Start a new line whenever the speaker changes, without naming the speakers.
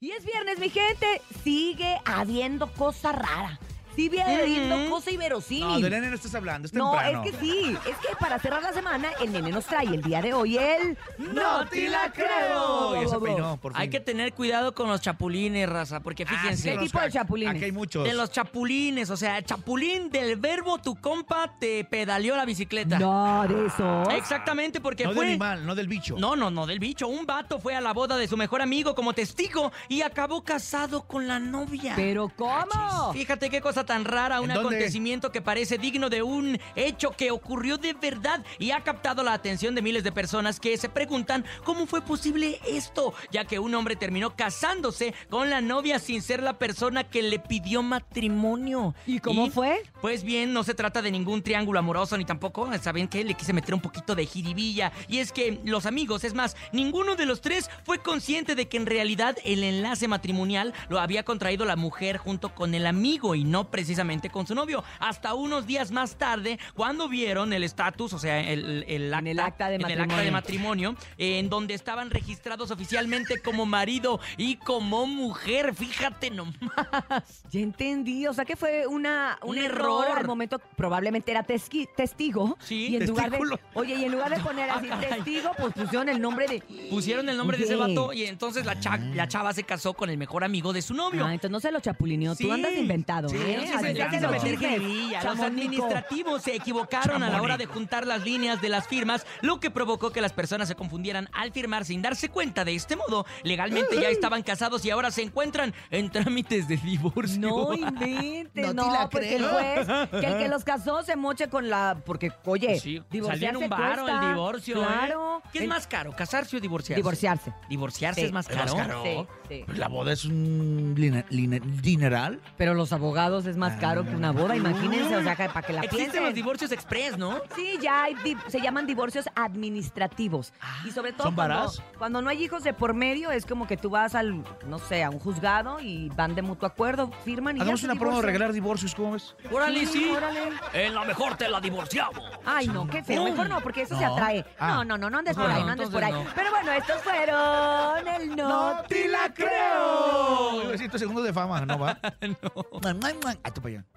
Y es viernes, mi gente. Sigue habiendo cosa rara. Sigue habiendo cosa
No,
inverosímil.
de nene no estás hablando, es
No,
temprano. Ah,
es que sí. Es que para cerrar la semana, el nene nos trae el día de hoy el...
¡No te la creo! Ya se peinó, por fin.
Hay que tener cuidado con los chapulines, raza, porque
Ah, sí,
fíjense,
¿Qué
conozco,
tipo de
aquí-
chapulines?
Aquí hay muchos.
de los chapulines, o sea, chapulín del verbo tu compa te pedaleó la bicicleta.
No, de eso.
Exactamente, porque
no
fue...
del animal, no del bicho.
No, no, no, del bicho. Un vato fue a la boda de su mejor amigo como testigo y acabó casado con la novia.
¿Pero cómo?
Fíjate qué cosa tan rara, un
¿En dónde?
acontecimiento que parece digno de un hecho que ocurrió de verdad y ha captado la atención de miles de personas que se preguntan cómo fue posible esto, ya que un hombre terminó casándose con la novia sin ser la persona que le pidió matrimonio.
¿Y cómo fue?
Pues bien, no se trata de ningún triángulo amoroso ni tampoco, ¿saben qué? Le quise meter un poquito de jiribilla. Y es que los amigos, es más, ninguno de los tres fue consciente de que en realidad el enlace matrimonial lo había contraído la mujer junto con el amigo y no precisamente con su novio. Hasta unos días más tarde, cuando vieron el estatus, o sea, el, el,
En el acta de
en el acta de
matrimonio.
matrimonio, en donde estaban registrados oficialmente como marido y como mujer, fíjate nomás.
Ya entendí. O sea, que fue una, un,
Un
error.
error.
al momento. Probablemente era tesqui- testigo.
Sí,
y en lugar de,
testículo.
Oye, y en lugar de poner así
Ah, caray.
testigo, pues pusieron el nombre de...
Pusieron el nombre de ese
Oye.
vato y entonces la, cha- la chava se casó con el mejor amigo de su novio.
Ah, entonces no se lo chapulineó. Tú
Sí.
andas inventado,
Sí,
¿eh?
no, sí,
A ver,
se le
¿qué
hace
hacen los
meter
chismes,
jiribilla. Los
chamonico?
administrativos se equivocaron a la hora de juntar las líneas de las firmas, lo que provocó que las personas se confundieran al firmar sin darse cuenta. De este modo, legalmente ya estaban casados y ahora se encuentran en trámites de divorcio.
No inventes,
No
no,
te la
pues que el
creo.
juez, que el que los casó se moche con la, porque oye,
Pues Sí, salió en
divorciarse
un varo
cuesta,
el divorcio. ¿eh?
claro,
¿Qué es
El-
más caro, casarse o divorciarse?
divorciarse,
Divorciarse
Sí.
es más
Es más
caro.
caro.
sí,
No.
sí.
Pues La boda es un lina- lina- dineral.
Pero los abogados es más caro que una boda, imagínense, o sea, que- para que la
Ah. Existen los
piensen.
divorcios express, ¿no?
Sí, ya hay di- se llaman divorcios administrativos. y sobre todo
Ah, ¿son
cuando,
varas?
cuando no hay hijos de por medio, es como que tú vas al, no sé, a un juzgado y van de mutuo acuerdo, firman y ya
Hagamos
se
una promo de
divorcian.
regalar divorcios, ¿cómo ves?
Órale, sí.
órale.
En la mejor te la divorciamos.
Ay, no, qué feo.
No.
Mejor no, porque eso se
No.
atrae.
Ah.
No, no, no, no andes
No,
por
no,
ahí, no andes
entonces
por ahí.
no.
Pero bueno, estos fueron el no.
te la creo! 9 segundos de fama, no va. no. Ay, Ah, tú para allá.